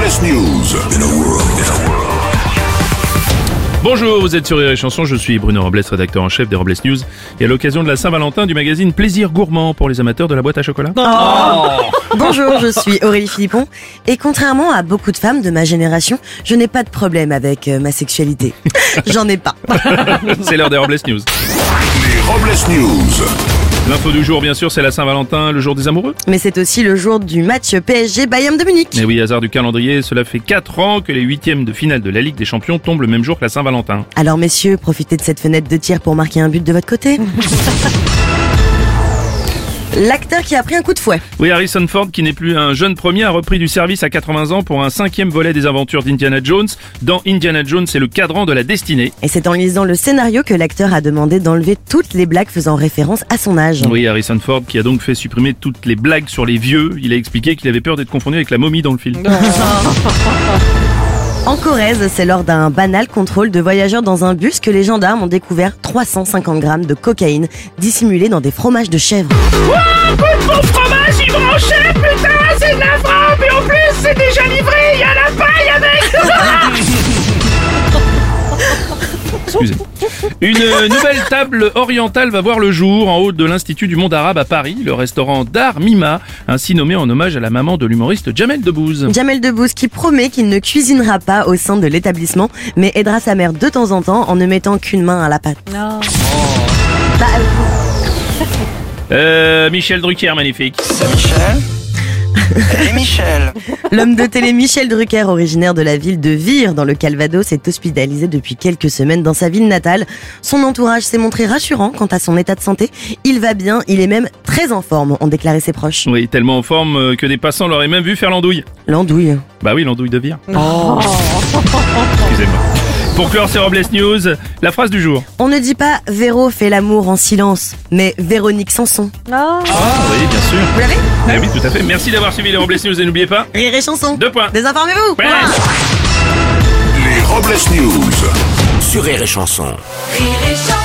Dance News. In a world, in a world. Bonjour, vous êtes sur Rire et Chanson, je suis Bruno Robles, rédacteur en chef des Robles News, et à l'occasion de la Saint-Valentin du magazine Plaisir Gourmand pour les amateurs de la boîte à chocolat. Bonjour, je suis Aurélie Philippon et contrairement à beaucoup de femmes de ma génération, je n'ai pas de problème avec euh, ma sexualité. J'en ai pas. C'est l'heure des Robles News. Les Robles News. L'info du jour, bien sûr, c'est la Saint-Valentin, le jour des amoureux. Mais c'est aussi le jour du match PSG Bayern de Munich. Mais oui, hasard du calendrier, cela fait 4 ans que les huitièmes de finale de la Ligue des Champions tombent le même jour que la Saint-Valentin. Alors messieurs, profitez de cette fenêtre de tir pour marquer un but de votre côté. L'acteur qui a pris un coup de fouet. Oui, Harrison Ford, qui n'est plus un jeune premier, a repris du service à 80 ans pour un cinquième volet des aventures d'Indiana Jones. Dans Indiana Jones, c'est le cadran de la destinée. Et c'est en lisant le scénario que l'acteur a demandé d'enlever toutes les blagues faisant référence à son âge. Oui, Harrison Ford qui a donc fait supprimer toutes les blagues sur les vieux. Il a expliqué qu'il avait peur d'être confondu avec la momie dans le film. En Corrèze, c'est lors d'un banal contrôle de voyageurs dans un bus que les gendarmes ont découvert 350 grammes de cocaïne dissimulée dans des fromages de chèvre. Mon fromage, il branchait, putain, c'est de la frappe Et en plus, c'est déjà livré, il y a la paille avec Excusez. Une euh, nouvelle table orientale va voir le jour en haut de l'Institut du monde arabe à Paris, le restaurant Dar Mima, ainsi nommé en hommage à la maman de l'humoriste Jamel Debbouze. Jamel Debbouze qui promet qu'il ne cuisinera pas au sein de l'établissement, mais aidera sa mère de temps en temps en ne mettant qu'une main à la pâte. Bah, euh, Euh, Michel Drucker, magnifique. C'est Michel Elle est Michel L'homme de télé Michel Drucker, originaire de la ville de Vire dans le Calvados, est hospitalisé depuis quelques semaines dans sa ville natale. Son entourage s'est montré rassurant quant à son état de santé. Il va bien, il est même très en forme, ont déclaré ses proches. Oui, tellement en forme euh, que des passants l'auraient même vu faire l'andouille. L'andouille. Bah oui, l'andouille de vire. Excusez-moi. Pour clore ces Robles News, la phrase du jour. On ne dit pas Véro fait l'amour en silence, mais Véronique Sanson. Oui, bien sûr. Vous l'avez Ah oui, tout à fait. Merci d'avoir suivi les Robles News et n'oubliez pas. Rire et chanson. Deux points. Désinformez-vous. Presse. Les Robles News. Sur Rire et Chanson. Rire et chanson.